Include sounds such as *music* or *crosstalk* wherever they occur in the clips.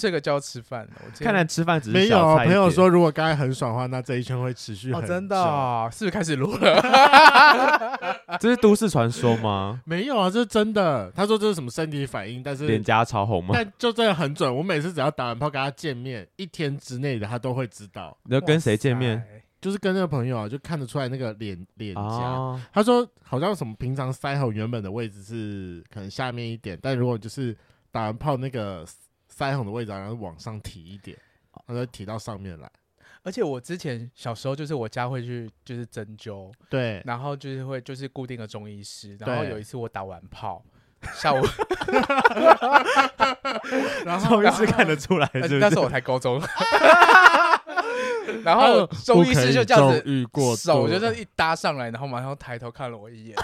这个叫吃饭。我今天看来吃饭只是没有啊小菜啊一碟朋友说，如果刚才很爽的话，那这一圈会持续哦，很久。？真的哦、是不是开始录了？啊这是都市传说吗没有啊，这是真的。他说这是什么身体反应，但脸是颊潮红吗？ *laughs* 但就真的很准。我每次只要打完炮跟他见面，一天之内的他都会知道，你 *laughs* 要跟谁见面？就是跟那个朋友啊，就看得出来那个脸脸颊。啊？他说好像什么平常腮红原本的位置是可能下面一点，但如果就是打完炮那个腮红的位置，然后往上提一点，哦他就提到上面来。而且我之前小时候就是我家会去就是针灸，对，然后就是会就是固定的中医师，然后对有一次我打完炮， *laughs* *laughs* 下午然后终于是看得出来，是不是？呃那时候我才高 *laughs* 中， *laughs* 然后中医师就这样不可以子，纵欲过度手就这样一搭上来，然后马上抬头看了我一眼，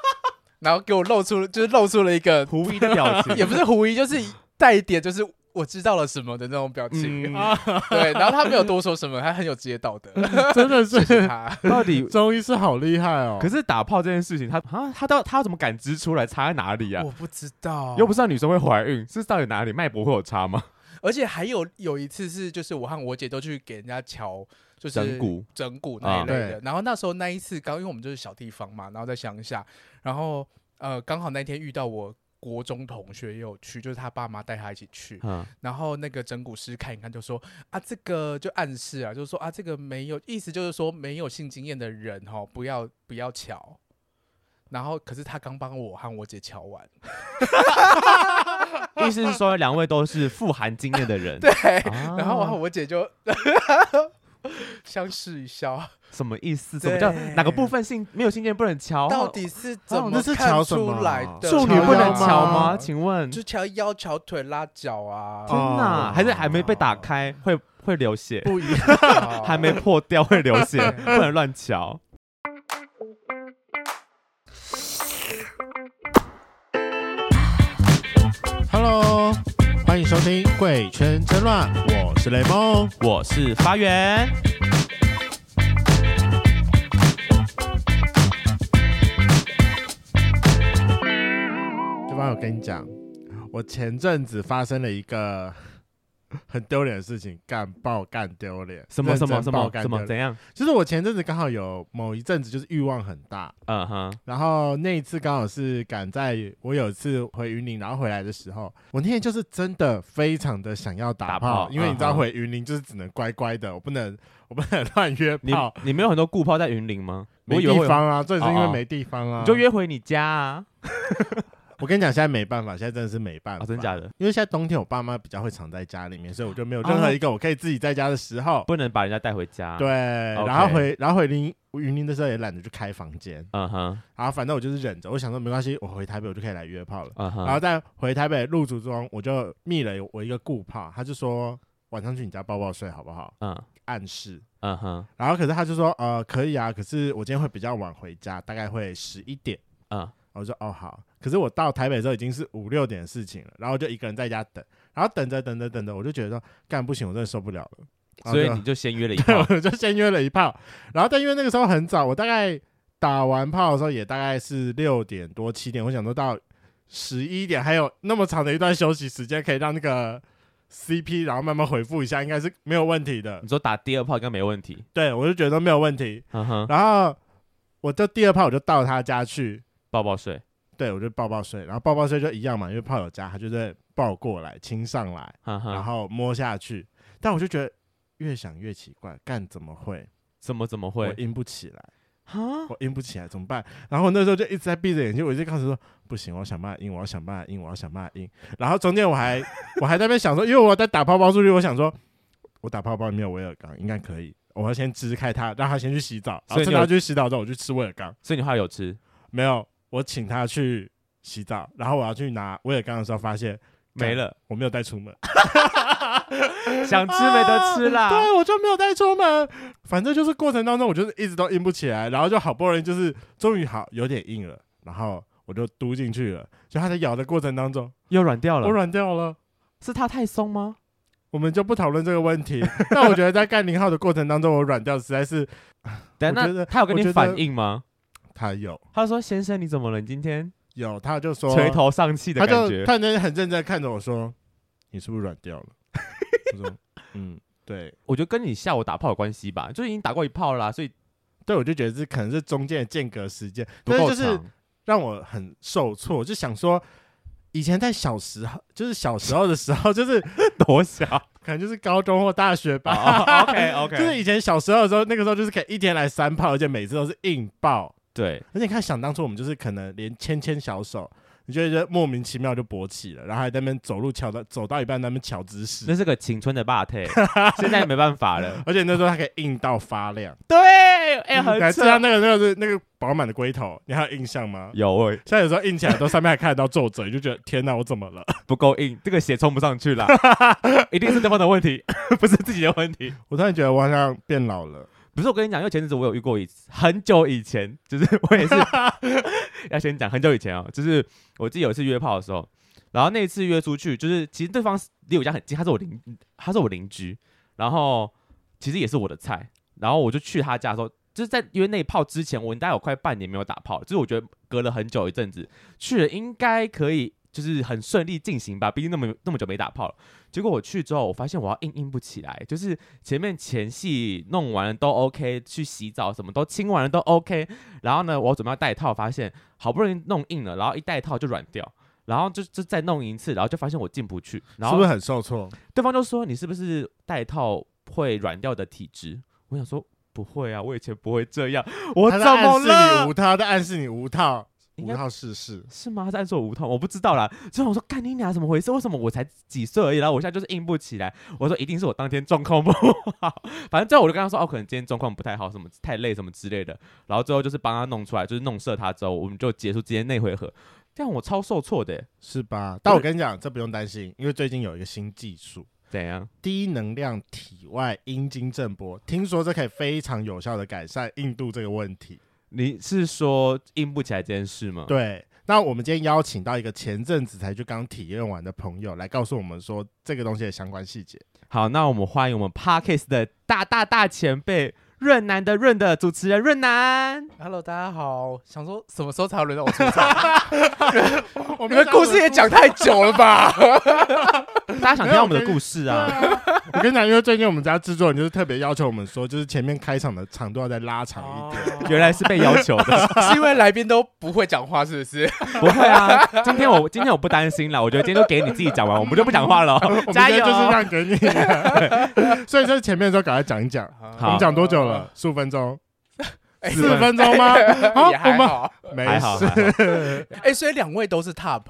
*laughs* 然后给我露出就是露出了一个狐疑的表 *laughs* 也情，不是狐疑，就是带一点就是我知道了什么的那种表情。嗯， *laughs* 对，然后他没有多说什么，他很有职业道德，真的谢谢 *laughs* 是他。到底 *laughs* 中医是好厉害哦。可是打炮这件事情，他啊，他到他要怎么感知出来差在哪里啊？我不知道，又不是让女生会怀孕，是到底哪里脉搏会有差吗？而且还有有一次是，就是我和我姐都去给人家瞧，就是 *laughs* 整骨整骨那一类的。啊然后那时候那一次刚，因为我们就是小地方嘛，然后在乡下，然后呃刚好那天遇到我国中同学也有去，就是他爸妈带他一起去，嗯，然后那个整骨师看一看就说啊这个就暗示啊，就是说啊这个没有意思，就是说没有性经验的人哦，不要不要瞧。然后可是他刚帮我和我姐瞧完，意思是说两位都是富含经验的人， *laughs* 对，啊然后我和我姐就 *laughs* 相视一笑。什么意思？怎么叫对哪个部分性没有性经验不能敲？到底是怎哦么那是看瞧什出么来的？处女不能敲敲吗？吗请问，就天瞧腰、瞧腿、拉脚啊，哦哪，还是还没被打开，会会流血，不一样还没破掉会流 *laughs* 血，不能乱敲。 Hello，欢迎收听《贵圈争乱》，我是雷梦。我是发源，对方，我跟你讲，我前阵子发生了一个 *laughs* 很丢脸的事情，干爆干丢脸，什么认什真么什爆么干什丢么脸怎样？就是我前阵子刚好有某一阵子就是欲望很大，嗯哼，然后那一次刚好是赶在我有一次回云林，然后回来的时候，我那天就是真的非常的想要打打炮炮，因为你知道嗯哼回云林就是只能乖乖的，我不能我不能乱约你炮，你没有很多顾炮在云林吗？我没以为会地有，方啊，这也是因哦为哦没地方啊。你就约回你家啊？我跟你讲，现在没办法，现在真的是没办法，啊，真假的？因为现在冬天我爸妈比较会常在家里面，所以我就没有任何一个我可以自己在家的时候。哦不能把人家带回家。啊对，，然后回然后回林云林的时候也懒得去开房间，嗯哼，然后反正我就是忍着，我想说没关系，我回台北我就可以来约炮了。嗯然后哼，在回台北的路途中，我就密了我一个顾炮，他就说晚上去你家抱抱睡好不好？嗯暗示。嗯哼，然后可是他就说呃可以啊，可是我今天会比较晚回家，大概会十一点。嗯，我说哦好，可是我到台北之后已经是五六点的事情了，然后我就一个人在家等，然后等着等着等着，我就觉得说干不行，我真的受不了了，然后所以就 *laughs* 你就先约了一哦对啊 *laughs* 炮，我就先约了一炮，然后但因为那个时候很早，我大概打完炮的时候也大概是六点多七点，我想说到十一点还有那么长的一段休息时间，可以让那个 CP 然后慢慢回复一下，应该是没有问题的你。说打第二炮应该没问题。对我就觉得没有问题，嗯 *laughs* 哼，然后我就第二炮我就到他家去，抱抱睡。对，我就抱抱睡，然后抱抱睡就一样嘛，因为炮友家他就在抱过来、亲上来，嗯然哼，后摸下去，但我就觉得越想越奇怪，干怎么会？怎么怎么我会？硬不起来，哈，我硬不起来怎么办？然后我那时候就一直在闭着眼睛，我就开始说不行，我要想办法硬，我要想办法硬，我要想办法硬。然后中间我 *laughs* 还我还在那边想说，因为我在打泡泡出去，我想说我打泡泡里面有威尔刚，应该可以。我要先支开他，让他先去洗澡，然所后以趁你有他去洗澡之后，我去吃威尔刚。所以你后来有吃？没有，我请他去洗澡，然后我要去拿威尔刚的时候，发现没了，我没有带出门，想啊吃没得吃啦。啊 *laughs* 对我就没有带出门。反正就是过程当中，我就是一直都硬不起来，然后就好不容易就是终于好有点硬了，然后我就嘟进去了。就他在咬的过程当中，又软掉我了，软掉了。是它太松吗？我们就不讨论这个问题，但我觉得在干零号的过程当中，我软掉实在是但我觉那得他有跟我你觉得反应吗？他有他说：“先生，你怎么了？你今天有，他就说垂头丧气的啊他感就觉。他那天很认真地看着我说：“你是不是软掉了？”我说 *laughs* 嗯， *laughs* 对我觉得跟你下午打炮有关系吧，就是已经打过一炮啦，所以对，我就觉得这可能是中间的间隔时间，不但是够就是 *laughs* 长。让我很受挫，就想说。以前在小时候，就是小时候的时候，就是多小可能就是高中或大学吧。 *laughs* ？OK OK，啊 *laughs* 就是以前小时候的时候，那个时候就是可以一天来三炮，而且每次都是硬爆。对，而且你看，想当初我们就是可能连牵牵小手，你就会觉得莫名其妙就勃起了，然后还在那边走路瞧到走到一半在那边瞧姿势那，是个青春的霸退，现在没办法 *laughs* 了。而且那时候他可以硬到发亮。对，哎、你还知道那个那个是那个饱满的龟头，你还有印象吗？有哎、现在有时候硬起来都上面还看得到皱褶，你就觉得天哪，我怎么了？不够硬，这个血冲不上去啦，一定是对方的问题， *laughs* 不是自己的问题。 *laughs* 我突然觉得我好像变老了。不是我跟你讲，因为前阵子我有遇过一次，很久以前，就是我也是要先讲很久以前哦，就是我自己有一次约炮的时候，然后那一次约出去，就是其实对方是离我家很近，他是我邻，他是我邻居，然后其实也是我的菜，然后我就去他家的时候，就是在约那一炮之前，我大概有快半年没有打炮，就是我觉得隔了很久一阵子去了，应该可以就是很顺利进行吧，毕竟那么那么久没打炮了。结果我去之后，我发现我要硬硬不起来，就是前面前戏弄完了都 OK，去洗澡什么都清完了都 OK，然后呢，我准备要戴套，发现好不容易弄硬了，然后一戴套就软掉，然后就就再弄一次，然后就发现我进不去，然是后不是很受挫？对方就说你是不是戴套会软掉的体质？我想说不会啊，我以前不会这 *laughs* 样，我他怎在暗么示你了无？套，在暗示你无套，应无该套试试。是吗？他在暗示我无痛，我不知道啦。所以我说干你娘，怎么回事？为什么我才几岁而已，然后我现在就是硬不起来？我说一定是我当天状况不好。 *laughs* 反正最后我就跟他说，哦，可能今天状况不太好，什么太累什么之类的。然后最后就是帮他弄出来，就是弄射他之后，我们就结束今天那回合。这样我超受挫的耶，欸是吧？但我跟你讲，这不用担心，因为最近有一个新技术，怎样？低能量体外阴茎震波，听说这可以非常有效的改善硬度这个问题。你是说硬不起来这件事吗？对，那我们今天邀请到一个前阵子才去刚体验完的朋友来告诉我们说这个东西的相关细节。好，那我们欢迎我们 Parkes 的大大大前辈润南的润的主持人润南。 *laughs* Hello，大家好，想说什么时候才轮到我出场？我你们故事也讲太久了吧？大家想听到我们的故事啊？ *laughs* 我跟你讲，因为最近我们家制作人就是特别要求我们说，就是前面开场的长度要再拉长一 *laughs* 点。原来是被要求的， *laughs* 是因为来宾都不会讲话，是不是？不会啊。今天我今天我不担心了，我觉得今天都给你自己讲完，我们就不讲话了哦。 *laughs* *laughs* 我们今加天油！就是让给你的， *laughs* 所以在前面的时候赶快讲一讲。好我们讲多久呃了？？十五分钟。哎四分钟 *laughs* 吗？也啊，我还们好。还没好，事，还好哎，所以两位都是 top，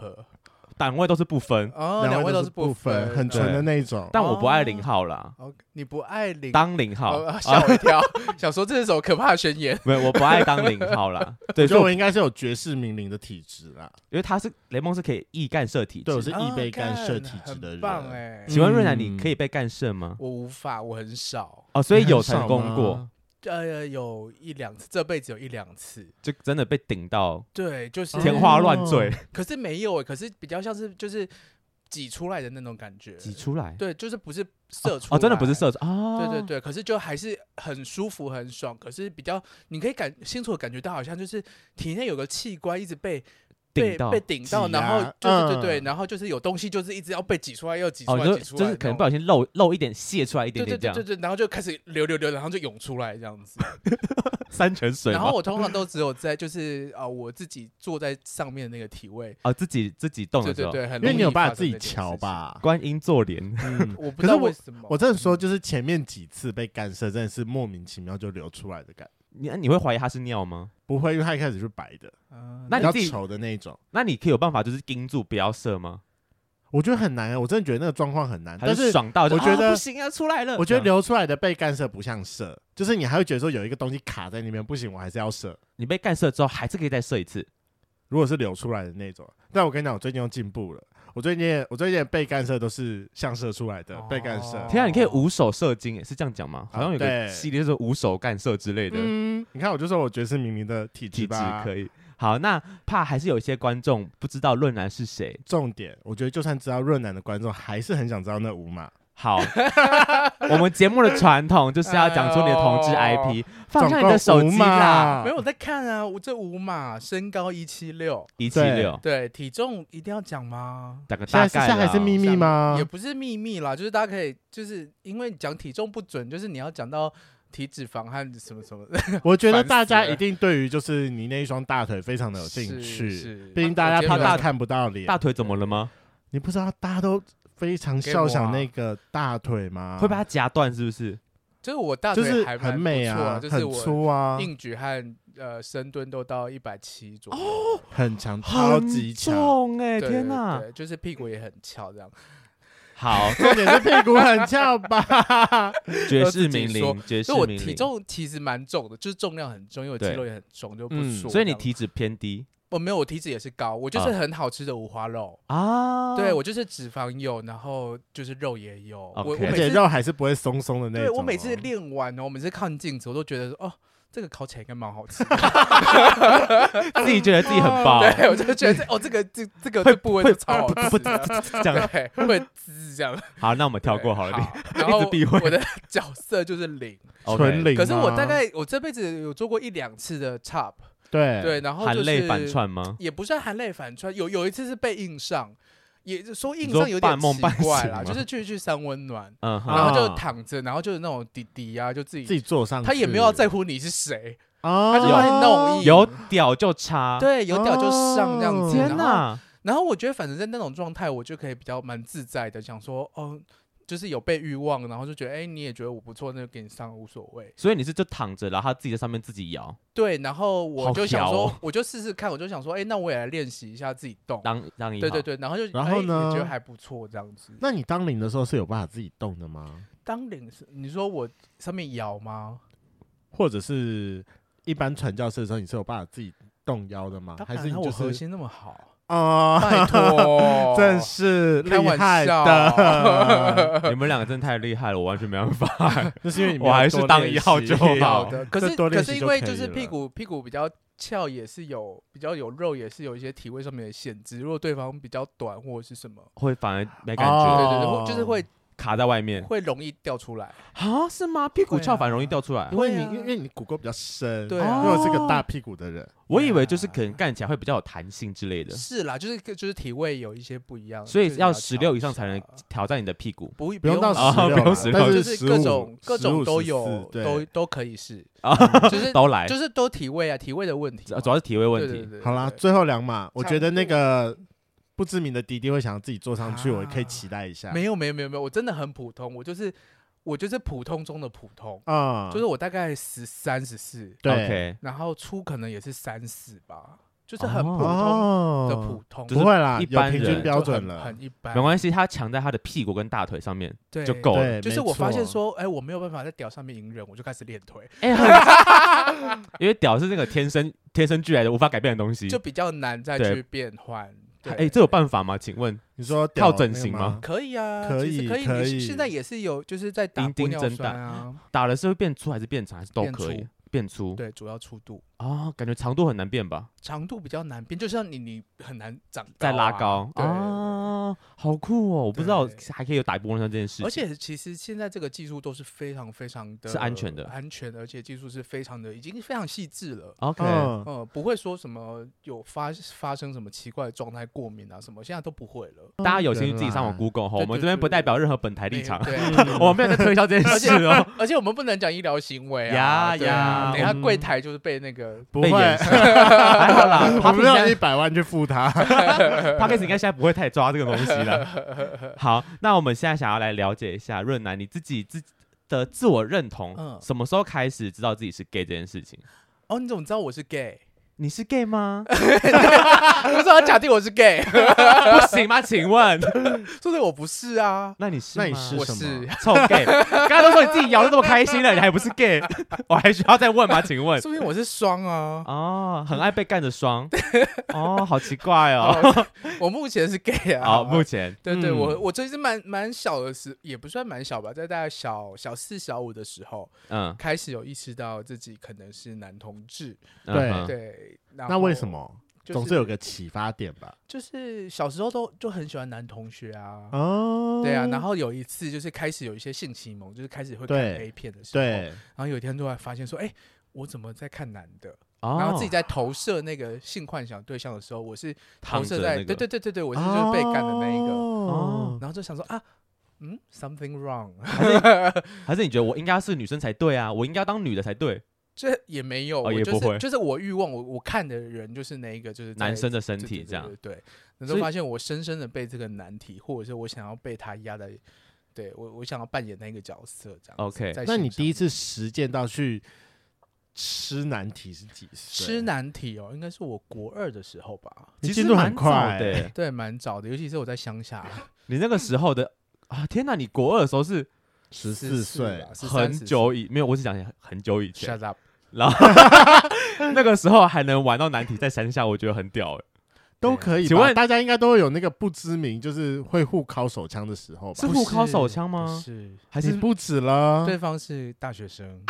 档位都是不分，哦，两位都都是不分，很纯的那一种。但我不爱零号啦，哦。你不爱零当零号哦啊，吓我一 *laughs* 跳，想说这是什么可怕的宣言？没有，我不爱当零号啦。 *laughs* 我对，觉得所我以应该是有爵士名伶的体质啦。因为他是雷蒙是可以易干射体质，对，我是易啊被干涉干体质的很人。棒哎！请问润南，嗯你可以被干射吗？我无法，我很少，哦， *laughs* 所以你有很少成功过吗，呃，有一两次，这辈子有一两次，就真的被顶哦到对，就是天花乱坠，可是没有哎，可是比较像是就是挤出来的那种感觉，挤出来。对，就是不是射出哦，真的不是来射出啊！对对，对，可是就还是很舒服、很爽，可是比较你可以感清楚的感觉到，好像就是体内有个器官一直被被顶到被顶到，挤然后压就是对对，嗯然后就是有东西就是一直要被挤出来，又挤出哦，来，你说挤出来就那种，是可能不小心漏漏一点泄出来一点对对点这对对，样对，然后就开始流流流，然后就涌出来这样子。山泉水然吗后我通常都只有在就是啊、呃我自己坐在上面的那个体位，哦，自己自己动对的时对候，对，很因为容你有易办发法自生己这件瞧事 *laughs* 吧？观音坐莲，嗯情？，我不知可是道我为什么，我真的说，就是前面几次被干涉，真的是莫名其妙就流出来的感觉。你你会怀疑它是尿吗？不会，因为他一开始是白的，嗯、那你比较自己稠的那种。那你可以有办法就是盯住不要射吗？我觉得很难啊，我真的觉得那个状况很难。还但是爽到就我觉得啊不行啊，出来了。我觉得这样流出来的被干涉不像射，就是你还会觉得说有一个东西卡在那边，不行，我还是要射。你被干射之后还是可以再射一次，如果是流出来的那种，但我跟你讲，我最近又进步了。我最近我最近被干涉都是像射出来的、哦被干涉。天啊，你可以无手射精欸耶，是这样讲吗？好像有对个系列是无手干射之类的嗯，你看，我就说我爵士明明的体质体质吧。可以。好，那怕还是有一些观众不知道论男是谁，重点，我觉得就算知道润南的观众，还是很想知道那五码。好，我们节目的传统就是要讲出你的同志哎呦 IP，放下你的手总共机五啦，嘛没有我在看啊，我这五码身高一七六，一七六，对，体重一定要讲吗？打个现大在是概啦现在还是秘密 *laughs* 吗也？不是秘密啦，就是大家可以，就是因为讲体重不准，就是你要讲到体脂肪和什么什么的，我觉得烦死大家了一定对于就是你那一双大腿非常的有兴趣，是毕竟大家我觉怕得大看不到脸大。腿怎么了吗？你不知道大家都非常给笑我想啊那个大腿吗？会把它夹断是不是？就是我大就腿是还蛮很美不错啊，就是很我粗啊，硬举和呃深蹲都到一百七左右，很强，超级很强。重哎，对对天哪！对，就是屁股也很翘这样。好，重点是屁股很 *laughs* 翘吧？爵都自己士名说伶，爵士所以我名体伶，重其实蛮重的，就是重量很重，因为我肌对肉也很重，就不嗯说、所以你体啊脂偏低我没有，我体脂也是高，我就是很好吃的五花肉。啊？对，我就是脂肪有，然后就是肉也有。我我 OK 每而且次肉还是不会松松的那种对哦。我每次练完哦呢，我每次看镜子，我都觉得说哦，这个烤起来应该蛮好吃的。 *laughs* 自己觉得自己很棒， *laughs* 对，我就觉得哦，这个这这个这部位会就超好吃的。这样对，会滋这 *laughs* 样。好，那我们跳过好了。对 *laughs* 你然后避讳我的 *laughs* 角色就是零， OK *laughs* 哦纯啊零吗，可是我大概我这辈子有做过一两次的 top，对对，然后含就是泪反串吗？也不算含泪反串，有有一次是被硬上，也就说硬你说上有点半梦奇半怪醒啦，吗就是去去三温暖，嗯哼，然后就啊躺着，然后就是那种弟弟啊，就自己自己坐上去，他也没有要在乎你是谁，啊，他就帮你弄硬，有屌就插，对有屌就上这样子，哦天哪！哪！然后我觉得反正在那种状态，我就可以比较蛮自在的，想说哦。就是有被欲望，然后就觉得，哎、你也觉得我不错，那就给你上无所谓。所以你是就躺着，然后他自己在上面自己摇，对，然后我好就想屌说，哦我就试试看，我就想说，哎、那我也来练习一下自己动。当当一对对对，然后就然后哎呢也觉得还不错这样子。那你当零的时候是有办法自己动的吗？当领是你说我上面摇吗？或者是一般传教士的时候，你是有办法自己动腰的吗？当还然是你啊我就核是心那么好， *laughs* 拜啊？，托 *laughs* 真是厉开玩害笑的， *laughs* 你们两个真的太厉害了，我完全没办法。 *laughs* 那是因为你没我有还是多当练一号习就好 *laughs* 好 *laughs* 的。可这是多可练是习因就为可就以是了屁股屁股比较翘，也是有比较有肉，也是有一些体位上面的限制。如果对方比较短或者是什么，会反而没感觉，对哦对对，会就是会卡在外面会容易掉出来。啊？是吗？屁股会啊翘反而容易掉出来因。为你对啊因为你骨沟比较深，对啊因为我是个大屁股的人，我以为就是可能干起来会比较有弹性之类的，是啦，就是就是体位有一些不一样，所就以是要翘十六以上一才能下挑战你的屁股。啊不不用到啦16啊不用16十但就是各15种各种都有，都15 14对都可以 *laughs* 试，啊就是都来，就是都体位啊，体位的问题嘛，主要是体位问对对题。对，好啦，对最后两码，我差觉不得那多个不知名的弟弟会想要自己坐上去，我可以啊期待一下。没有没有没有没有，我真的很普通，我就是我就是普通中的普通，啊，就是我大概十三十四，对 OK，然后粗可能也是三四吧，就是很哦普通的哦普，通，就不会啦，一有般平人均就标很准了很。一般没，关系，他强在他的屁股跟大腿 *laughs* 上面对就。够了。对，就是没我发现错，说，哎，我没有办法在屌上面隐忍，我就开始练腿，哎，很 *laughs* 因为屌是那个天生天生俱来的无法改变的东西。就比较难再对去变换。对哎，这有办法吗？请问你说靠屌整那个形吗吗？可以啊，可其实以可以，可你以现在也是有，就是在打丁丁玻尿蒸酸啊，打了是会变粗还是变长还是都变可以粗？变粗对，主要粗度，啊，感觉长度很难变吧？长度比较难变，就像你你很难长高啊再拉高对。啊，好酷哦！我不知道对还可以有打波浪这件事情，而且其实现在这个技术都是非常非常的是安全的安全，而且技术是非常的，已经非常细致了。 OK，嗯，呃，不会说什么有发发生什么奇怪的状态、过敏啊什么，现在都不会了。大家有兴趣自己上网原来 Google 哈，嗯对我们这边不代表任何本台立没有场，对， *laughs* *laughs* 我们没有在推销这件而且事哦。而且我们不能讲医疗行为呀啊，对啊呀嗯等一下我们柜台就是被那个不被 *laughs* 会， *laughs* 演示还好啦我没有应一百万去付他。该 Podcast 应该现在不会太抓这个东西了。 *laughs* 好，那我们现在想要来了解一下润南你自己自的自我认同，嗯什么时候开始知道自己是 gay 这件事情？哦，你怎么知道我是 gay？你是 gay 吗？ *laughs* 我说他假定我是 gay，*laughs* *laughs* 不行吗？请问，说的我不是啊， *laughs* 那你是那你吗是我什么是，臭 gay，刚刚都说你自己摇的这么开心了，你还不是 *laughs* gay？我还需要再问吗？请问说不定我是双啊。哦，很爱被干的双 *laughs* 哦，好奇怪哦。哦 *laughs* 我目前是 gay 啊。好，目前对对，嗯我我其实蛮蛮小的时，也不算蛮小吧，在大概小小四小五的时候，嗯，开始有意识到自己可能是男同志。嗯哼 *laughs* 对，然后那为什？么？就是总是有个启发点吧。就是小时候都就很喜欢男同学啊，哦对啊，然后有一次就是开始有一些性启蒙，就是开始会看对 A 片的时候，对，然后有一天突然发现说，哎、我怎么在看男的？哦，然后自己在投射那个性幻想对象的时候，我是投躺着射在、对那个对对对对，我是就是被干的那一个，哦，然后就想说啊，嗯，something wrong，还是你觉得我应该是女生才对啊？我应该当女的才对，这也没有，哦我也就是不会就是我欲望，我我看的人就是那一个就是在男生的身对体这样对。对对，你所就以发现我深深的被这个难题，或者是我想要被他压在，对我我想要扮演那个角色这样子。 OK 在那性你上第一次实践到去吃难题是几岁？吃难题哦，应该是我国二的时候吧。你其进实度蛮很早快的欸，对，蛮早的，尤其是我在乡下，啊你那个时候的啊，天哪！你国二的时候是十四岁啦，很。久以没有，我是讲很久以前， Shut up！然后那个时候还能玩到难题在山下，我觉得很屌哎。都可以吧。请问大家应该都会有那个不知名，就是会互敲手枪的时候吧是？互靠手枪吗是，还你是啊不止了？对方是大学生，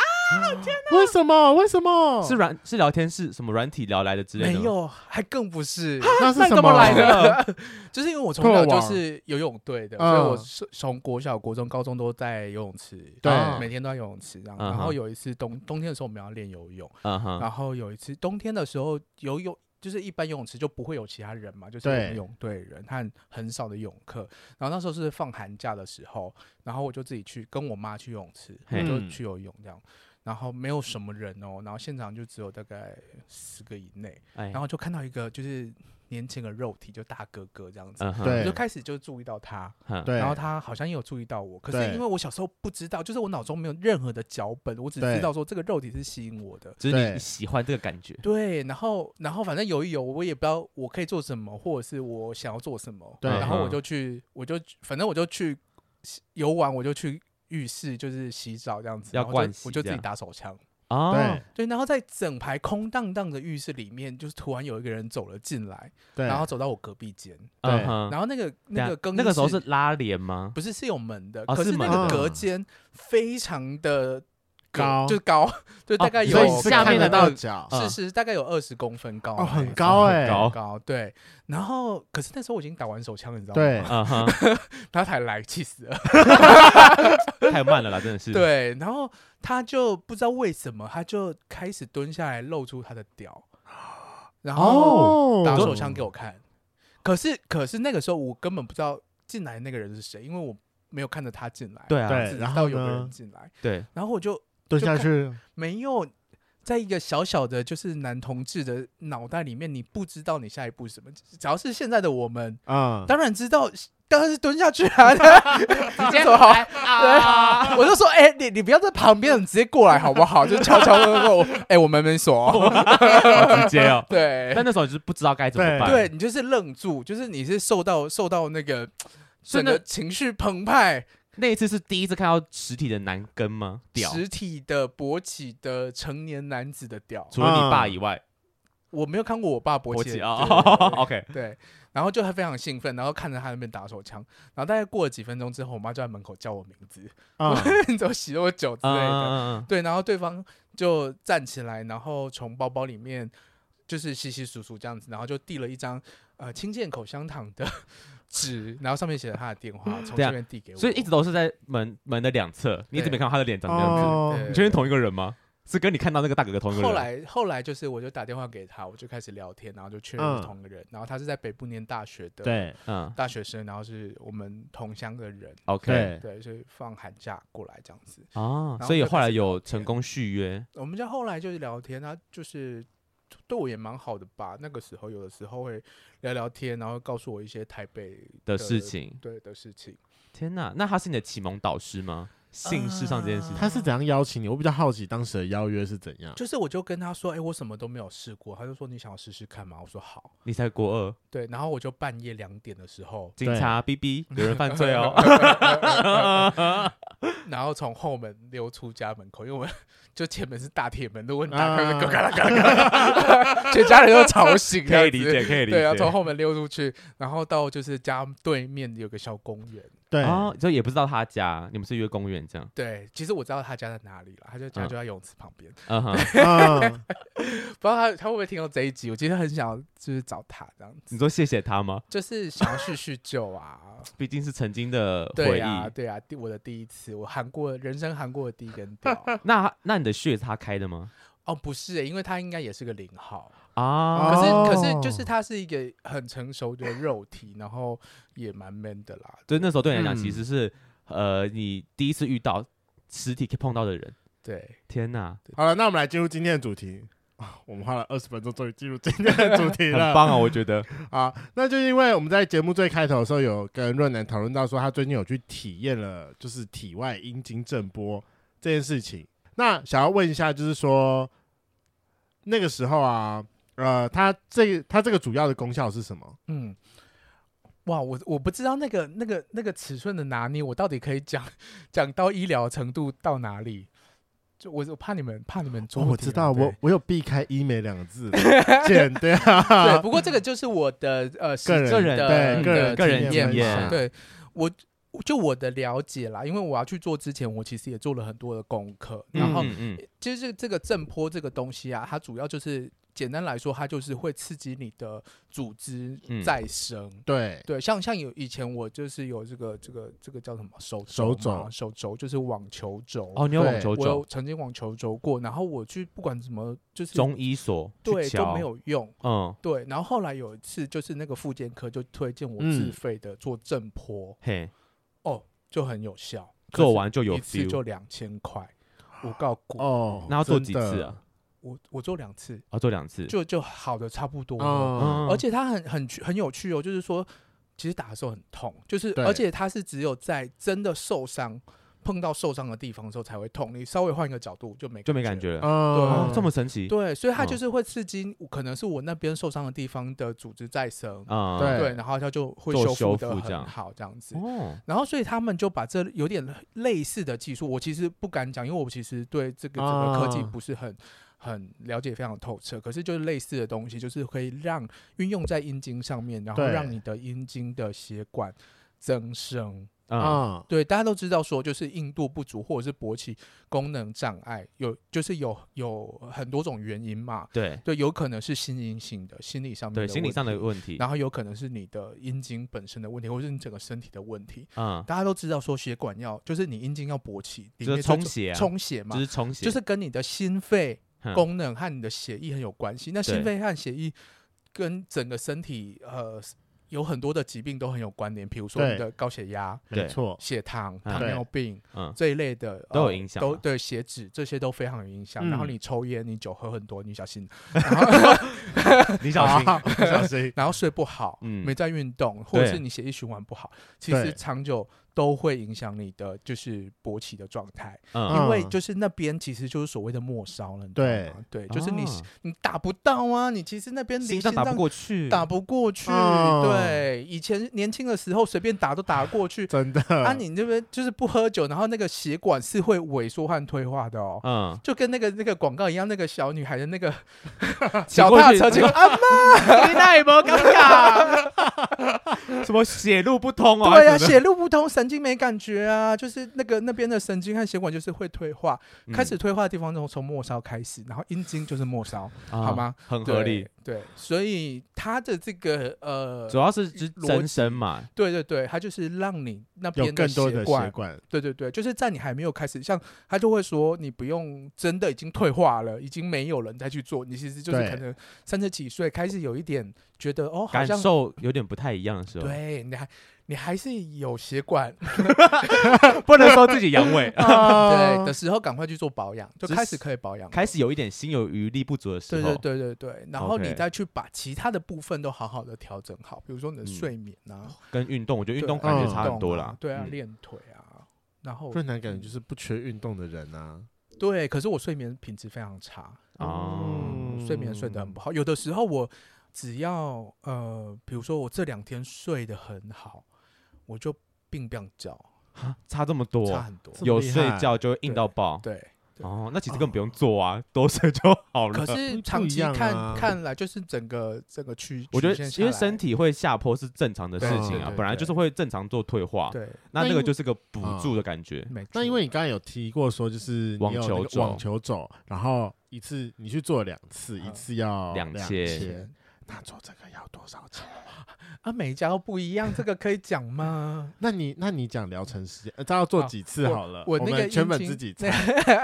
为什么？为什么？是软是聊天是什么软体聊来的之类的哦没吗？有，还更不是。那是那什怎么来的就是因为我从小拓就网是游泳队的，嗯所以我是从国小、国中、高中都在游泳池，对啊每天都在游泳池这样。嗯然哼后有一次冬冬天的时候，我们要练游泳，嗯哼，然后有一次冬天的时候游泳。就是一般游泳池就不会有其他人嘛，就是我对们泳队人和很少的泳客。然后那时候是放寒假的时候，然后我就自己去跟我妈去游泳池，我嘿就去游泳这样。然后没有什么人哦，然后现场就只有大概十个以内。哎然，后就看到一个就是年轻的肉体，就大哥哥这样子，嗯哼，我对就开始就注意到他，哼，对，然后他好像也有注意到我，可是对因为我小时候不知道，就是我脑中没有任何的脚本，我只知对道说这个肉体是吸引我的。就是你对喜欢这个感觉，对，然后然后反正游一游，我也不知道我可以做什么，或者是我想要做什么。对然后我嗯就去，我就反正我就去游玩，我就去浴室就是洗澡这样子，要然后灌就我洗就自这己样打手枪。哦，对对，然后在整排空荡荡的浴室里面，就是突然有一个人走了进来，对，然后走到我隔壁间，嗯哼，然后那个等那下个更那个时候衣室是拉帘吗？不是是有门的，哦可是是那门个的隔间非常的隔高就是高， *laughs* 就哦大概有所以你是下看面的得到二脚嗯是是大概有二十公分高的哦，那一种，很高很哎，高很高对。然后可是那时候我已经打完手枪了，你知道吗？对，嗯哼， *laughs* 他才来，气死了。太慢了啦，真的是。，对，然后他就不知道为什么，他就开始蹲下来露出他的屌，然后哦打手枪给我看。可是可是那个时候我根本不知道进来那个人是谁，因为我没有看着他进来。对啊，对只知然道后有个呢人进来，对，然后我就蹲就下看去，没有在一个小小的就是男同志的脑袋里面，你不知道你下一步是什么。只要是现在的我们，嗯，当然知道，当然是蹲下去啊，直接走好。对，我就说，哎、你你不要在旁边，你直接过来好不好？就悄悄问问我，哎、我门没锁、哦。。好直接 *laughs* 哦对但那时候你就是不知道该怎么办，对，，你就是愣住，就是你是受到受到那个所以整那个情绪澎湃，那一次是第一次看到实体的男根吗？屌，实体的勃起的成年男子的屌，除了你爸以外，我没有看嗯过我爸勃我起记的啊对对对对 *laughs* ，OK，对，然后就他非常兴奋，然后看着他那边打手枪，然后大概过了几分钟之后，我妈就在门口叫我名字， *laughs* 嗯你怎么洗了我酒之类的？嗯，对，然后对方就站起来，然后从包包里面就是稀稀疏疏这样子，然后就递了一张呃清健口香糖的纸，然后上面写了他的电话，从对啊这边递给我，所以一直都是在门门的两侧，你一直对没看到他的脸长这样子。哦对你确定同一个人吗？是跟你看到那个大哥哥同一个人？后来，后来就是我就打电话给他，我就开始聊天，然后就确认是嗯同一个人。然后他是在北部念大学的对嗯大学生，然后是我们同乡的人。 ，OK，对，对，所以放寒假过来这样子。哦，然后所以就开后来始有天成功续约，我们家后来就是聊天，他就是对我也蛮好的吧。那个时候有的时候会聊聊天，然后告诉我一些台北的事，情。对的事情。天哪，那他是你的启蒙导师吗？性事上这件事情，他啊是怎样邀请你？我比较好奇当时的邀约是怎样。就是我就跟他说，哎、我什么都没有试过，他就说你想要试试看吗？我说好。你才国二，对，然后我就半夜两点的时 *laughs* 候，警察 B B 有人犯罪 *laughs* 哦。然后从后门溜出家门口，因为我就前门是大铁门，如果你打开门，啊嘎啦嘎啦啊嘎啦， *laughs* 全家人都吵醒，可以理解，可以理解。对啊，从后门溜出去，然后到就是家对面有个小公园，对，哦，就也不知道他家，你们是约公园这样，对，其实我知道他家在哪里了，他就家嗯就在游泳池旁边。 *laughs* 嗯哼， *laughs* 嗯，不知道他他会不会听到这一集？我其实很想要就是找他这样子，你说谢谢他吗？ *laughs* 就是想要叙叙旧 *laughs* 啊。毕竟是曾经的对回忆。呀、啊，对呀、啊，第我的第一次，我含过人生含过的第一根 *laughs* 屌。那那你的血是他开的吗？哦，不是欸、因为他应该也是个零号，啊，可是、哦可是就是他是一个很成熟的肉体，然后也蛮 man 的啦。对，那时候对你来讲嗯其实是、呃，你第一次遇到实体可以碰到的人。对，天哪，好了，那我们来进入今天的主题。啊我们花了二十分钟，终于进入今天的主很题 *laughs* 了。棒啊！我觉得，啊，那就因为我们在节目最开头的时候有跟润南讨论到说，他最近有去体验了就是体外阴茎震波这件事情。那想要问一下，就是说那个时候啊，呃，他这他这个主要的功效是什么？嗯，哇，我我不知道那个那个那个尺寸的拿捏，我到底可以讲讲到医疗程度到哪里？就我我怕你们怕你们捉哦我底知啊道，对我我有避开医美两个字， *laughs* 简单啊 *laughs* 对，不过这个就是我的呃实个人际的对个人的个人经经嘛验对我。就我的了解啦，因为我要去做之前，我其实也做了很多的功课。 *laughs* 然后，嗯嗯其实这个这个震波这个东西啊，它主要就是简单来说，它就是会刺激你的组织嗯再生。对，对，像像有以前我就是有这个这个这个叫什么手手肘嘛肘手肘就是网球肘。哦，你有对网球我有肘，曾经网球肘过，然后我去不管怎么就是中医所对去都瞧没，有用。嗯，对，然后后来有一次，就是那个复健科就推荐我自嗯费的做正坡，嘿，哦，就很有效，可做是完就有一次 feel，就两千块，我告过，哦，那要做几次真的啊？？我我做两次，哦，做两次，就就好的差不多了，哦嗯，而且它很很趣很有趣哦，就是说其实打的时候很痛，就是对而且它是只有在真的受伤碰到受伤的地方的时候才会痛，你稍微换一个角度就没就没感。觉了。嗯哦，这么神奇，对，所以它嗯就是会刺激，可能是我那边受伤的地方的组织再生，啊，对对，然后它就会做修修复的复这很样好，这样子。哦，然后，所以他们就把这有点类似的技术，我其实不敢讲，因为我其实对这个整个科技啊不是很、很了解，非常透彻。可是就是类似的东西，就是可以让运用在阴茎上面，然后对让你的阴茎的血管增生。嗯，啊，对，大家都知道说，就是硬度不足或者是勃起功能障碍，有就是有有很多种原因嘛。对对，有可能是心因性的心理上面的对，心理问上的题问题，然嗯后有可能是你的阴茎本身的问题，或者是你整个身体的问题。嗯，大家都知道说血管要就是你阴茎要勃起，里就面是充血啊，充血嘛，就是充血，就是跟你的心肺哼功能和你的血液很有关系。那心对肺和血液跟整个身体呃有很多的疾病都很有关联，比如说对你的高血压、没对错，血糖、嗯糖对尿病嗯，这一类的都有呃影响都啊对血脂这些都非常有影响。然后嗯你抽烟，你酒喝很多，你小心。然后，*laughs* 你小心，好啊 *laughs* 小心然后睡不好，嗯没在运动，或者对是你血液循环不好，其实对长久都会影响你的就是勃起的状态，嗯，因为嗯就是那边其实就是所谓的末梢了，你知道对吗对，就是你、啊你打不到啊，你其实那边离心心脏脏打不过去，打不过去，嗯。对，以前年轻的时候随便打都打得过去真的啊，你这边就是不喝酒，然后那个血管是会萎缩和退化的哦，嗯，就跟那个那个广告一样，那个小女孩的那 *laughs* 个骑小过踏去车，结果啊你那也没尴尬， *laughs* 什么血路不通哦？对呀、还是什么血路不通，神经没感觉啊，就是那个那边的神经和血管就是会退化，嗯开始退化的地方从从末梢开始，然后阴茎就是末梢，啊好吗？很对合理，，对，所以它的这个呃主，要是就是逻增生嘛，对对对，它就是让你那有边更多血的管血，管，对对对，就是在你还没有开始，像他就会说你不用真的已经退化了，已经没有人再去做，你其实就是对可能三十几岁开始有一点觉得哦，好感像受有点不太一样的时候，对你还你还是有血 *laughs* 管。不能说自己阳 *laughs* 痿，对对的时候，赶快去做保养，就只开是始可以保养，开。始有一点心有余力不足的时对候，对对对对，然后你 OK 再去把其他的部分都好好的调整好，比如说你的嗯睡眠啊，跟运动，我觉得运对动啊感嗯觉运差很动多啊啦，对啊，嗯练腿啊，然后润南感觉就是不缺运动的人啊。对，可是我睡眠品质非常差，哦嗯我睡眠睡嗯得很不好，有的时候我只要呃，比如说我这两天睡得很好，我就病病觉差这么多，差很多，这么有厉睡害觉就会硬对到爆，对的。哦，那其实根本不用做啊， *laughs* 多睡就好了可。是不长不一期样看、啊看来，就是整个整个区， *laughs* 我觉曲得线下因为来身体会下坡是正常的事对情对啊对，本来对就是会正常做退化，对，那那那因为个就是个补助的感觉。没那错因为你刚才有提过说，就是你有网那个球肘网球肘，然后一次你去做两次，嗯一次要啊两千千，那做这个要多少钱？？*laughs* 啊，每一家都不一样，这个可以讲吗那你那你讲疗程时间，呃这要做啊几次好了？我那个们全阴本茎自 *laughs* 己猜，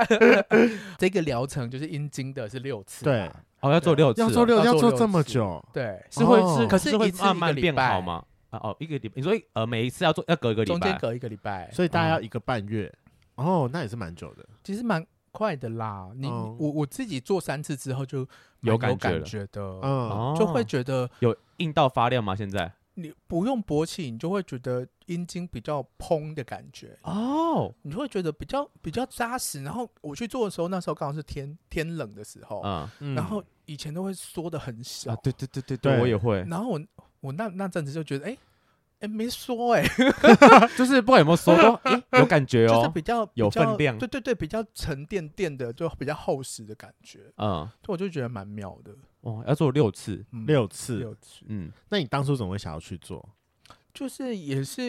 那这个疗程就是阴茎的是六次对嘛，，哦，要做六次哦，要做六啊要要做做六这么次久，对，是会哦是，可是会一次一慢慢个礼变好拜吗？啊哦，一个礼，你说呃每一次要做要隔一个礼中间拜，隔一个礼拜，嗯所以大概哦要一个半月。哦，那也是蛮久的。其实蛮快的啦。你、嗯我我自己做三次之后就蛮有有感觉感了觉的，嗯，哦，就会觉得有硬到发亮吗？现在你不用勃起，你就会觉得阴茎比较嘭的感觉，哦，你就会觉得比较比较扎实。然后我去做的时候，那时候刚好是天天冷的时候，嗯嗯然后以前都会缩的很小，啊，对对对对对我也会，然后我我那那阵子就觉得，哎、哎、没缩哎、就是不管有没有收都诶有感觉 *laughs* 就是哦，比较有比较分量对对对，比较沉甸甸的，就比较厚实的感觉，嗯，所以我就觉得蛮妙的。哦，要做六次，嗯、六次。六次，嗯，那你当初怎么会想要去做？就是也是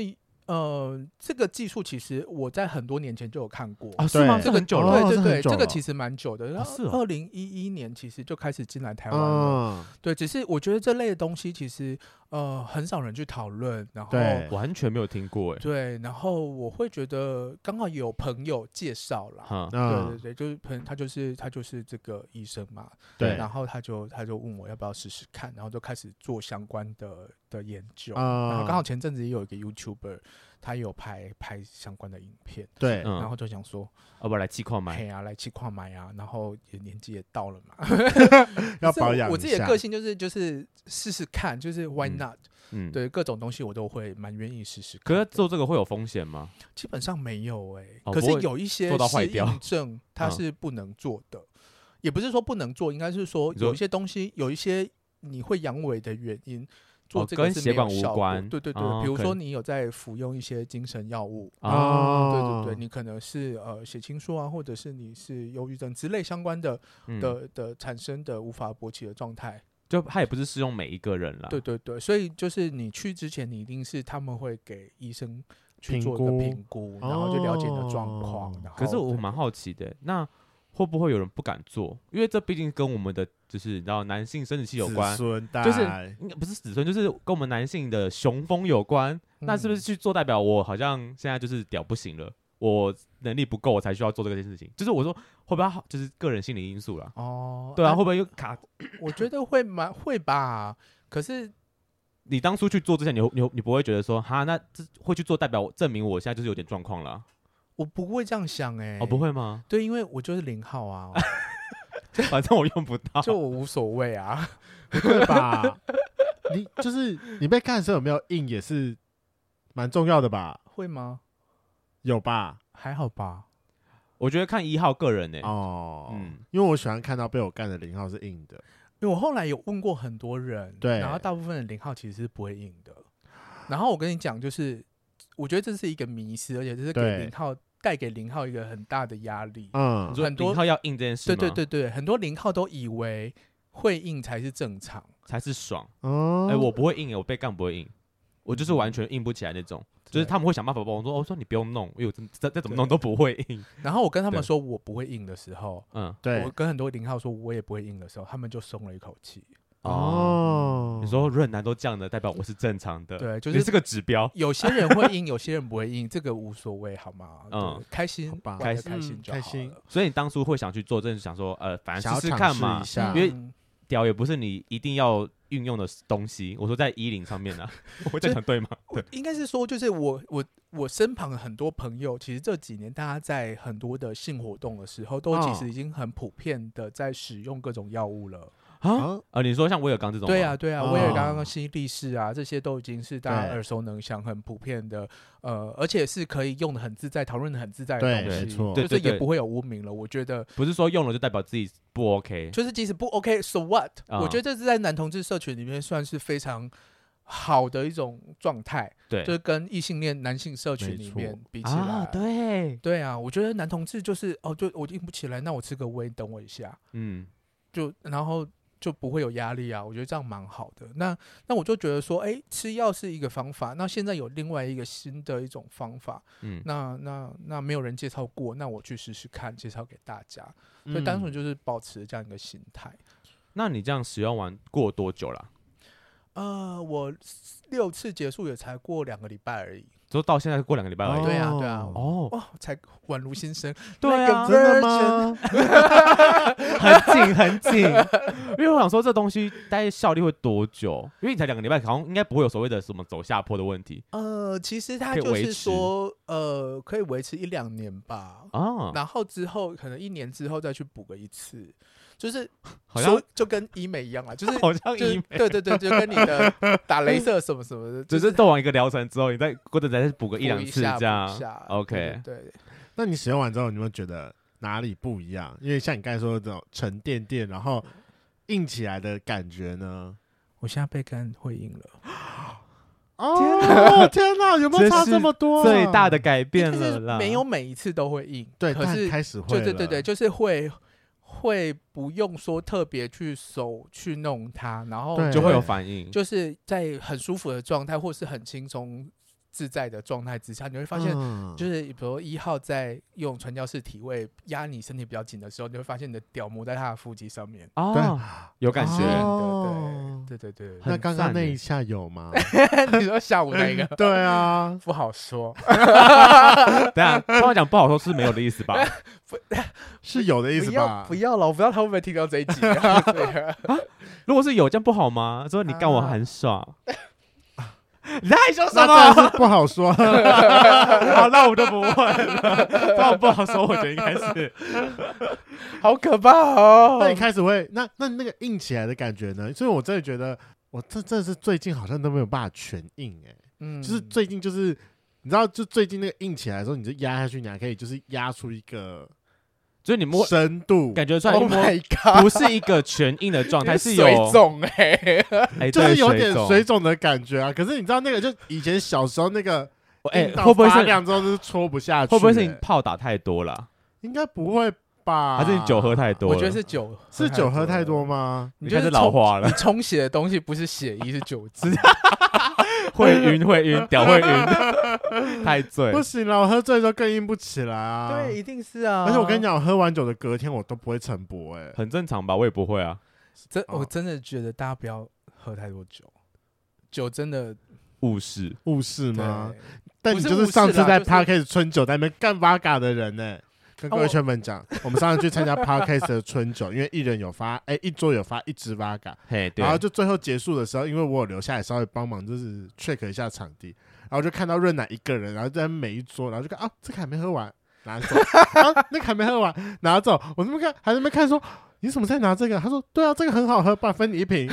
呃，这个技术其实我在很多年前就有看过。啊是吗？对这很久了哦对对这很对，久这个了其实蛮久的，然后是哦二零一一年其实就开始进来台湾了。对，只是我觉得这类的东西其实呃很少人去讨论，然后对完全没有听过哎，对，然后我会觉得刚好有朋友介绍啦，哈，对对嗯，对，就是朋他就是他就是这个医生嘛，对嗯然后他就他就问我要不要试试看，然后就开始做相关的的研究。然啊后刚好前阵子也有一个 YouTuber，他也有拍拍相关的影片，对，嗯然后就想说，要不来气矿买嘿啊，来去跨买啊，然后也年纪也到了嘛，可要是我保养我一自己的下个性就是就是试试看，就是 Why 嗯 not？、嗯，。对各种东西我都会蛮愿意试试看可的。是做这个会有风险吗？基本上没有哎、哦可不是会有一些做到坏适掉应 *laughs* 症它嗯是不能做的，也不是说不能做，应该是说你说有一些东西，有一些你会阳痿的原因。做哦这个跟是血没有管无效果关对对对，哦比如可说能你有在服用一些精神药物，啊，对对对，你可能是呃血清素啊，或者是你是忧郁症之类相关的嗯的的产生的无法勃起的状态，就他也不是适用每一个人啦。对对对，所以就是你去之前，你一定是他们会给医生去评做一个估评估，然后就了解你的状况哦。然后可是我再蛮好奇的，那会不会有人不敢做？因为这毕竟跟我们的就是你知道男性生殖器有关子，孙代就是应该不是子孙，就是跟我们男性的雄风有关。那嗯是不是？去做代表我好像现在就是屌不行了，我能力不够，我才需要做这件事情？就是我说会不会好就是个人心理因素啦？嗯哦，对啊，那会不会又卡？我觉得会蛮会吧。可是你当初去做之前，你会你会你不会觉得说哈，那这会去做代表我证明我现在就是有点状况了啊？我不会这样想哎、哦，不，会吗？对，因为我就是零号啊，反正我用不到。就我无所谓啊。 *laughs* 对吧？ *laughs* 你就是你被看的时候有没有硬也是蛮重要的吧？会吗？有吧？还好吧。我觉得看一号个人欸呢、哦，嗯因为我喜欢看到被我干的零号是硬的，因为我后来有问过很多人，对然后大部分的零号其实是不会硬的。然后我跟你讲，就是我觉得这是一个迷失，而且这是给对零号带给零号一个很大的压力。嗯你，说很多零号要硬这件事对吗？对对对，很多零号都以为会硬才是正常，才是爽。哦哎、我不会硬、我被干不会硬，我就是嗯完全硬不起来那种。就是他们会想办法帮我说，哦，说你不用弄，因为我真再再怎么弄都不会硬。然后我跟他们对说我不会硬的时候，嗯，我对跟很多零号说我也不会硬的时候，他们就松了一口气。哦，哦你说润男都这样的，代表我是正常的，，对，就呃就是是这个指标。有些人会硬，有些人不会硬，这个无所谓，好吗？嗯嗯，开心好吧玩得开开心嗯就开好心了所以你当初会想去做，真的是想说，呃，反想正要试试尝看试嘛一，下因为嗯屌也不是你一定要运用的东西。我说在衣领上面啊，我这就样讲对吗？我应该是说，就是我我我身旁的很多朋友，其实这几年大家在很多的性活动的时候，都其哦实已经很普遍的在使用各种药物了。啊，啊，呃，你说像威尔刚这种吗，对啊，对啊，哦威尔刚刚吸力士啊，这些都已经是大家对耳熟能详、很普遍的，呃，而且是可以用的很自在、讨论的很自在的对，东西，没错，对就是也不会有污名了。我觉得，不是说用了就代表自己不 OK，就是即使不 OK，so、what？、啊我觉得这是在男同志社群里面算是非常好的一种状态，对就是跟异性恋男性社群没里错面比起来，啊，对，对啊，我觉得男同志就是哦，就我硬不起来，那我吃个胃，等我一下，嗯，就然后就不会有压力啊。我觉得这样蛮好的。那那我就觉得说，哎，吃药是一个方法，那现在有另外一个新的一种方法，嗯，那那那没有人介绍过，那我去试试看，介绍给大家。所以单嗯纯就就是保持这样一个心态。那你这样使用完过多久了？呃，我六次结束也才过两个礼拜而已。就到现在过两个礼拜而已。哦对啊对啊哦，哇，才宛如新生， *laughs* 对啊那个真的吗？很紧很紧，因为我想说这东西大概效力会多久？因为你才两个礼拜，好像应该不会有所谓的什么走下坡的问题呃，其实它可以就维是持说，呃，可以维持一两年吧，啊。然后之后可能一年之后再去补个一次，就是好像说就跟医美一样啦，啊就是。好像就是医美，对对对，就跟你的打镭射什么什 *laughs* 么的，只就是是做完一个疗程之后，你再或者再补个补一两次下这样补一下。 OK，对对对那你使用完之后，你有没有觉得哪里不一样？因为像你刚才说的这种沉甸甸，然后硬起来的感觉呢？我现在被干会硬了，哦，天哪，有没有这差是这么多啊？最大的改变就了是啦。没有每一次都会硬，对，可但是开始会对了，对对对，就是会会不用说特别去手去弄它，然后对就会有反应，就是在很舒服的状态，或是很轻松自在的状态之下，你会发现，嗯就是比如一号在用传教士体位压你身体比较紧的时候，你会发现你的屌磨在他的腹肌上面。啊，有感觉哦，哦对对对，那很刚刚赞那耶一下有 *laughs* 吗？你说下午那 *laughs* 个对啊，不好说，等一下他们啊讲不好说是没有的意思 *laughs* 吧？是有的意思不要吧不？要了，我不知道他会不会听到这一集啊。对啊如果是有，这样不好吗？说你干我很爽， *laughs* 你在害羞什那么？真的是不好 *laughs* 说。好，那我就不问了。那我不好说，我觉得应该是好可怕哦！那你开始会，那那那个硬起来的感觉呢？所以我真的觉得，我这真的是最近好像都没有办法全硬哎、嗯，就是最近就是你知道，就最近那个硬起来的时候，你就压下去，你还可以就是压出一个就是你摸，深度，感觉出来 Oh 你摸 my God，不是一个全硬的状态，是有水肿哎、哎，就对是有点水水肿。肿的感觉啊。可是你知道那个，就以前小时候那个哎硬，到会不会发是亮之后就是啊戳不下去、会不会是哎你泡打太多了，应该不会吧？还是你酒喝太多我了？觉得是酒，是酒喝太多？吗？你你开就始是老化了你，冲洗的东西不是血液，是酒精。会晕会晕，屌会晕，太醉不。行了，我喝醉的时候更硬不起来啊。对，一定是啊。而且我跟你，讲，我喝完酒的隔天我都不会晨勃、哎，很正常吧，我也不会啊，真哦我真的觉得大家不要喝太多酒，酒真的误事。误事对吗？但不你是就是误事上次啦在就是 podcast 春酒在那边干八嘎的人呢、哦跟各啊位我圈粉讲，我们上次去参加 podcast 的春酒，因为一人有发， *laughs* 哎、一桌有发一支八嘎，嘿，对然，后就最后结束的时候，因为我有留下来稍微帮忙，就是 check 一下场地，然后就看到润奶一个人，然后在每一桌，然后就看啊，这个还没喝完，拿走， *laughs* 啊，那个还没喝完，拿走，我那边看，还在那边看说。你怎么在拿这个？他说：“对啊，这个很好喝，爸分你一瓶。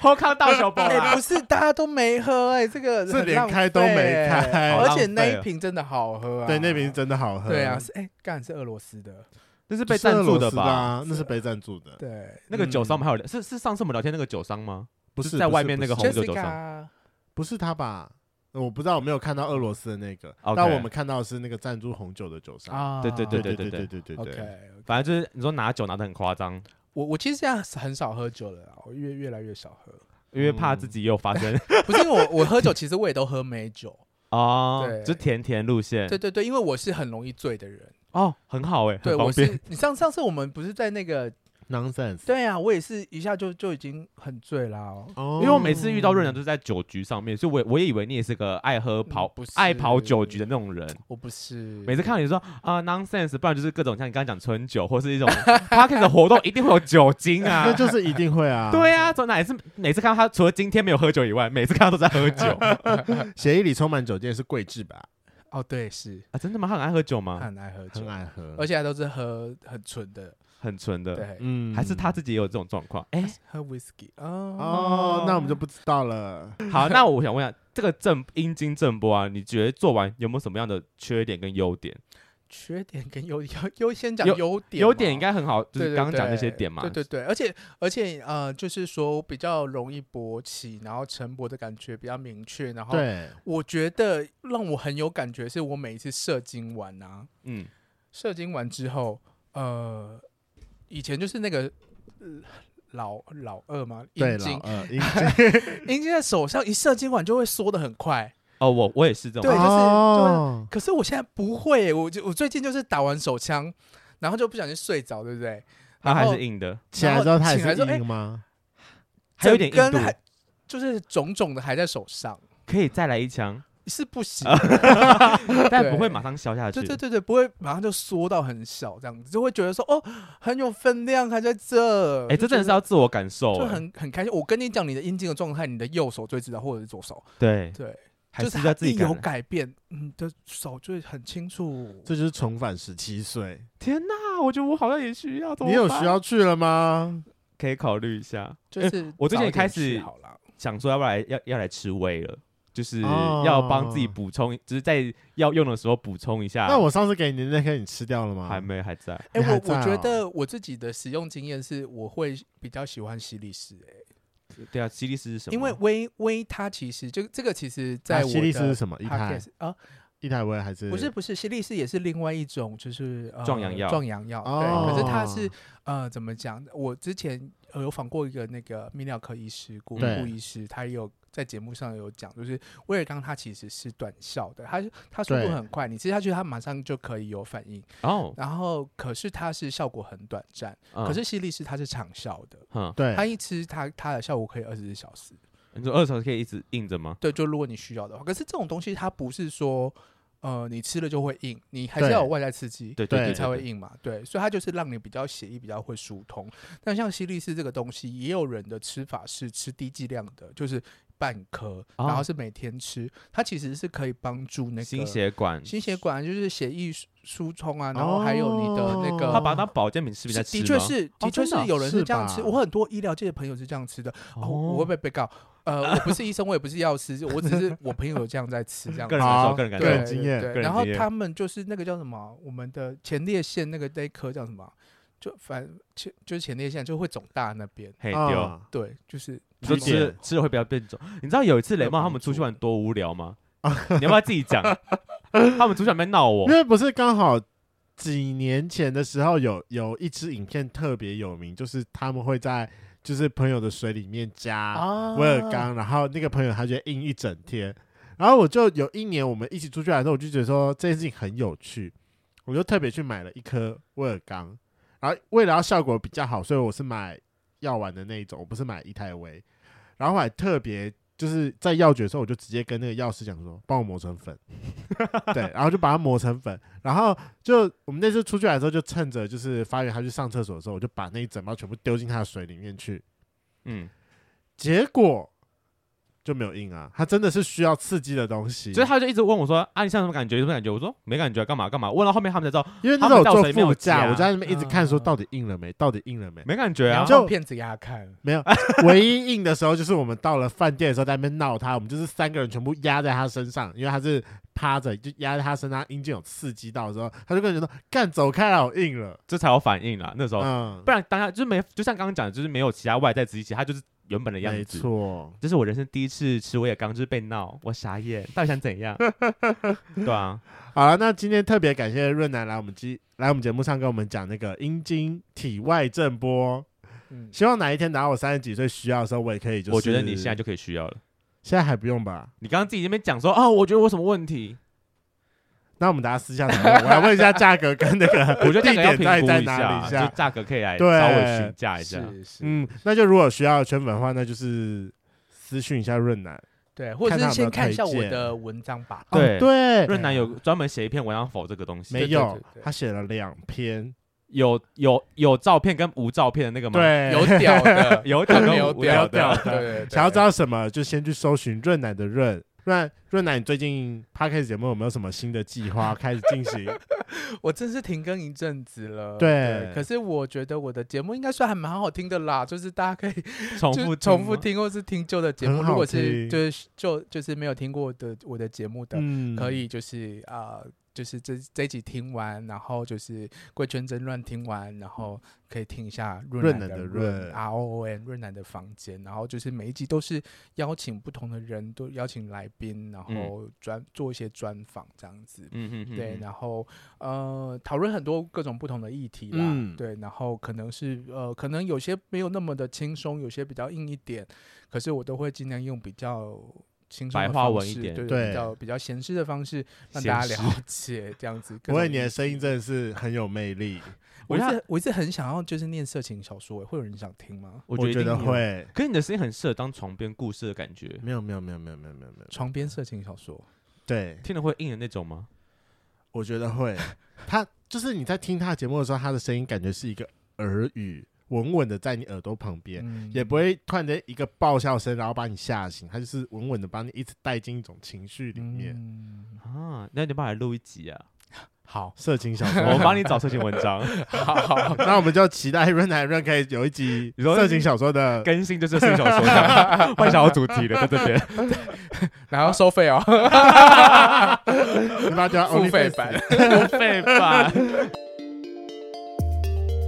后康大小宝啊哎、啦不，是大家都没喝哎、这个是很连浪开都费没哎开好而浪且那费一哦瓶真的好喝啊。对，那瓶是真的好喝。对啊，是哎，干、是俄罗斯的，那是这被是俄赞助罗斯的的吧？啊？那是被赞助的。对，那个酒商我嗯们还有聊是是上次我们聊天那个酒商吗？不就是在不外是面不那个是红酒酒 Jessica 商啊不是他吧？呃我不知道，我没有看到俄罗斯的那个 OK 但我们看到的是那个赞助红酒的酒商。啊，对对对对对对对对 OK，, 对，反正就是你说拿酒拿的很夸张，我我其实现在很少喝酒了啊，我越越来越少喝。 *laughs* 因为怕自己又发生不是因为我我喝酒，其实我也都喝美 *laughs* 酒。哦，对就甜甜路线对对对，因为我是很容易醉的人。哦，很好哎，对，很方我便是你上上次我们不是在那个 nonsense。对啊，我也是一下就就已经很醉啦、哦。哦因为我每次遇到润娘都是在酒局上面，所以我也我也以为你也是个爱喝跑嗯不是爱跑酒局的那种人。我不是每次看到你说啊 nonsense，不然就是各种像你刚刚讲春酒，或 *laughs* 是一种 p a r k 的活动，一定会有酒精啊 *laughs* 那。就是一定会啊。， *laughs* 对啊，从哪一次每次看到他，除了今天没有喝酒以外，每次看到都在喝 *laughs* 酒啊？协议里充满酒店是桂枝吧？哦，对，是啊真的吗？他很爱喝酒他吗？很爱喝酒很，爱喝嗯而，且还都是喝很纯的，很纯的，对，嗯嗯还是他自己也有这种状况？哎，喝 whisky 哦。哦，那我们就不知道了。好，那我想问一下，这个正阴茎震波啊，你觉得做完有没有什么样的缺点跟优点？缺点跟优优优先讲优优点嘛，优点应该很好，就对是对刚刚讲那些对点嘛。对对对，而且而且呃，就是说比较容易勃起，然后晨勃的感觉比较明确，然后对，我觉得让我很有感觉，是我每一次射精完啊，嗯，射精完之后，呃，以前就是那个、呃老老二嘛，对阴了茎，，呃，阴茎，阴茎在手上一射精完就会缩的很快，哦，我我也是这 *laughs* 种对就人，是哦可是我现在不会耶、我就我最近就是打完手枪，然后就不小心睡着，对不对？它还然后是硬的，起来之后它也醒来之后哎是硬吗？还有一点整硬度根，还就是肿肿的还在手上，可以再来 *laughs* 一枪，是不行。 *laughs* 啊但不会马上消下去。对对对对，不会马上就缩到很小这样子，就会觉得说哦很有分量还在这。哎，这真的是就要自我感受觉得就欸，很很开心。我跟你讲，你的阴茎的状态，你的右手最知道，或者是左手，对，对，还就是是要它自己一感有染改变，你的手就会很清楚。这就是重返十七岁，天哪，我觉得我好像也需要，怎么你有办需要去了吗？可以考虑一下。就是哎我最近早一点开始去好了，想说要不要来要要来吃微了，就是哦要帮自己补充，就是在要用的时候补充一下。那我上次给你的那颗你吃掉了吗？啊啊还没还在，哎、你还我在我觉哦得我自己的使用经验是，我会比较喜欢西力士、哎，对啊，西力士是什么？因为微微它其实就这个其实在啊我西力士是的什么？一台 podcast 啊，一台威还是不是不是，西力士也是另外一种，就是、呃、壮阳药壮阳药，哦对。可是它是呃，怎么讲？我之前呃有访过一个那个泌尿科医师顾对顾医师，他也有在节目上有讲，就是威尔刚它其实是短效的，它是它速对度很快，你吃下去它马上就可以有反应，哦，然后可是它是效果很短暂，嗯可是西力士它是长效的。嗯，它对一吃它它的效果可以二十四小时，你说二手可以一直硬着吗？对，就如果你需要的话。可是这种东西它不是说，呃，你吃了就会硬，你还是要有对外在刺激，对对对，你才会对。硬嘛。对，所以它就是让你比较血液比较会疏通。但像西力士这个东西，也有人的吃法是吃低剂量的，就是半颗，哦然后是每天吃，它其实是可以帮助那个心血管，哦心血管，就是血液疏疏通啊，然后还有你的那个。他把它当保健品吃比较哦是吃吗的确，是，的哦确真的啊是有人是是这样吃。吧我很多医疗界的朋友是这样吃的，哦哦，我会不会被告？呃，我不是医生，我也不是药师，我只是我朋友有这样在吃，这样 *laughs* 子个人感好受，个人感对个受人。经验对个人然后经验他们就是那个叫什么，啊我们的前列腺那个那一颗叫什么，啊就反前就是前列腺就会肿大那边。嘿哎丢，啊对，就是你说据点吃了吃了会比较变肿。你知道有一次雷会梦有他们出去帮助玩多无 *laughs* 聊吗？你要不要自己讲？他们出去玩在那边闹我因，为不是刚好几年前的时候有有一支影片特别有名，就是他们会在就是朋友的水里面加啊威尔，刚，然后那个朋友他就会硬一整天，然后我就有一年我们一起出去玩的时候，我就觉得说这件事情很有趣，我就特别去买了一颗威尔刚，然后为了要效果比较好，所以我是买药丸的那一种，我不是买一泰威，然后我还特别。就是在药局的时候，我就直接跟那个药师讲说，帮我磨成粉， *laughs* 对，然后就把它磨成粉，然后就我们那次出去来的时候，就趁着就是发源他去上厕所的时候，我就把那一整包全部丢进他的水里面去，嗯，结果就没有硬啊，它真的是需要刺激的东西，所以他就一直问我说：“啊，你现在什么感觉？有什么感觉？”我说：“没感觉，干嘛干嘛？”问到后面他们才知道因为那他时们候我到坐水里面有副夹驾，我在那边一直看说啊到底硬了没，到底硬了没。没感觉然啊后。就骗子给他看，没有，唯一硬的时候就是我们到了饭店的时候，在那边闹他，我们就是三个人全部压在他身上，因为他是趴着，就压在他身上，阴茎有刺激到的时候，他就跟人说：“干，走开了，我 *laughs* 硬了。这才有反应啦。那时”候，嗯，哦不然当下就是没，就像刚刚讲，的，就是没有其他外在刺激，他就是原本的样没子。错，这是我人生第一次吃威尔刚，就是被闹，我傻眼，到底想 *laughs* 怎样？对啊，好了，那今天特别感谢润南来我们机来我们节目上跟我们讲那个阴茎体外震波。嗯，希望哪一天等到我三十几岁需要的时候，我也可以就是。我觉得你现在就可以需要了。现在还不用吧？你刚刚自己那边讲说哦，我觉得我有什么问题？那我们大家私下讨论。我 *laughs* 来问一下价格跟那个我觉得价地格要点评在估在一哪里下，一下就。价格可以来稍对微询价一下。是是，嗯，那就如果需要圈粉的话，那就是私讯一下润南。对，或者看他有是没先有看一下推我荐的文章 *laughs* 吧。对哦对，润南有专门写一篇文章否这个东西，没对有对对？对他写了两篇，有有有照片跟无照片的那个吗？，，对， *laughs* 有屌的 *laughs* 有还屌没跟有无屌屌的。 *laughs* 对对对，想要知道什么，就先去搜寻润南的润。润润南，你最近 podcast 节目有没有什么新的计划开始进行？我真是停更一阵子了。对可是我觉得我的节目应该算还蛮好听的啦，就是大家可以 *laughs* 重就复是重复吗，听，或是听旧的节目。很好如果是听就是就就是没有听过的我的节目的，嗯可以就是啊、呃就是这这一集听完，然后就是贵圈争乱听完，然后可以听一下润润南南的润润 R O N 润南的房间，然后就是每一集都是邀请不同的人，都邀请来宾，然嗯后专、做一些专访这样子。嗯嗯嗯，对，嗯然后呃，讨论很多各种不同的议题啦，嗯对，然后可能是呃，可能有些没有那么的轻松，有些比较硬一点，可是我都会尽量用比较轻松的白话方文一式点对，对比较比较闲适的方式让闲大家适了解这样子。不过你的声音这，真的是很有魅力，我我一觉直我一直很想要就是念色情小说、欸，会有人想听吗？我觉觉得得，会。可是你的声音很适合当床边故事的感觉，没有没有没有没有没有没有没有，床边色情小说，对，听了会硬的那种吗？我觉得会。他就是你在听他的节目的时候，他的声音感觉是一个耳语，稳稳的在你耳朵旁边，嗯也不会突然间一个爆笑声，然后把你吓醒。他就是稳稳的把你一直带进一种情绪里面。，嗯啊，那你把来录一集啊，好色 *laughs* 情小说，我帮你找色情文章好，那我们就期待润南润可以有一集你说色情小说的。更新，就是色情小说这样，换小主题了，在这边。然后收费哦，哦你把它叫付费版。OnlyFans 废吧。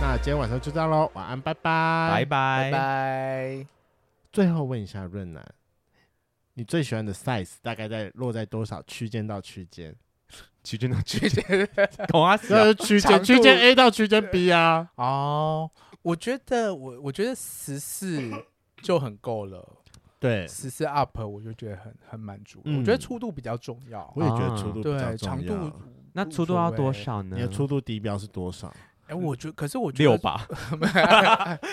那今天晚上就这样喽，晚安，拜拜，拜。拜拜。拜。最后问一下润南，你最喜欢的 size 大概在落在多少区间到区间？曲君的曲君，孔阿死啊那就呃区长间度区间 A 到区间 B 啊。哦，我觉得我我觉得十四就很够了，对，十四 up 我就觉得很很满足了。我嗯觉得粗度比较重要，我也觉得粗啊度比较对长重要。嗯度。那无粗度所要谓多？少呢？你的粗度低标是多少？哎，我觉可是我觉得，六吧，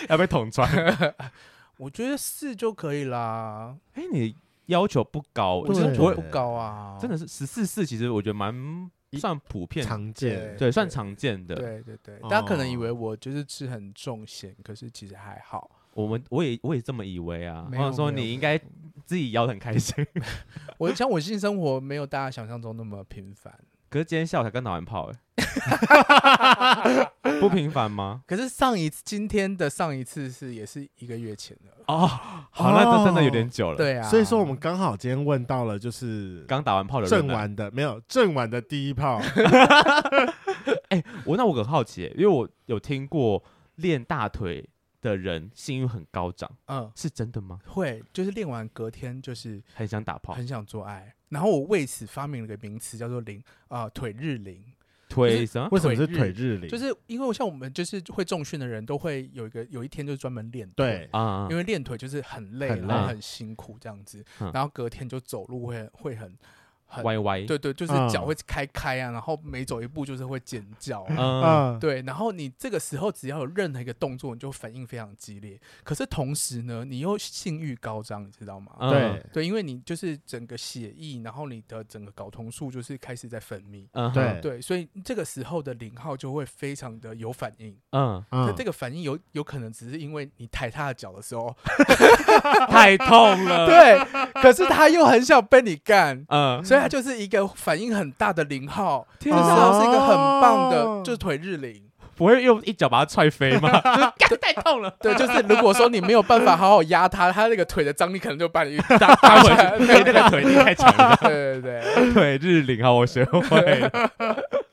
要被捅穿。我觉得四就可以啦。哎，你要求不高，我对真真的的觉我得不高啊，真的是十四四，其实我觉得蛮一算普遍，常见。对，算常见的。对对对，大家可能以哦为我就是吃很重咸，可是其实还好。我们我也我也这么以为啊，我没有想说没有你应该自己摇得很开心。 *laughs* 我像我性生活没有大家想象中那么频繁，可是今天下午才刚打完炮，欸哎，不平凡吗？可是上一次今天的上一次是也是一个月前了。哦，好，那这真的有点久了。，对啊，所以说我们刚好今天问到了，就是刚打完炮的人正呢。完的没有正完的第一炮，我那我很好奇耶，因为我有听过练大腿的人性欲很高涨，嗯是真的吗？会就是练完隔天就是很想打炮，很想做爱，然后我为此发明了个名词叫做“零”啊，腿日零，啊腿什么？ *laughs* 为什么是腿日里？就是因为像我们就是会重训的人都会有一个有一天就是专门练腿，对，啊因，为练腿就是很累，很然后累很辛苦这样子，嗯然后隔天就走路会会很很歪歪，对对，就是嗯脚会开开啊，然后每走一步就是会尖叫啊、嗯，嗯，对，然后你这个时候只要有任何一个动作，你就反应非常激烈。可是同时呢，你又性欲高涨，你知道吗？嗯对，对，因为你就是整个血液，然后你的整个睾酮素就是开始在分泌，嗯，对对，所以这个时候的零号就会非常的有反应。嗯，那、嗯这，个反应有有可能只是因为你踩他的脚的时候，太痛 *laughs* 了，，对，可是他又很想被你干，嗯，所以他就是一个反应很大的零号，这天时哪，候是一个很棒哦的，就是腿日零。不会又一脚把他踹飞吗？ *laughs* 就是干太痛了，对，就是如果说你没有办法好好压他，他那个腿的张力可能就 *laughs* 把你打他打回回去来。因为那个腿力太长了，啊对对对。腿日领好，我学会了。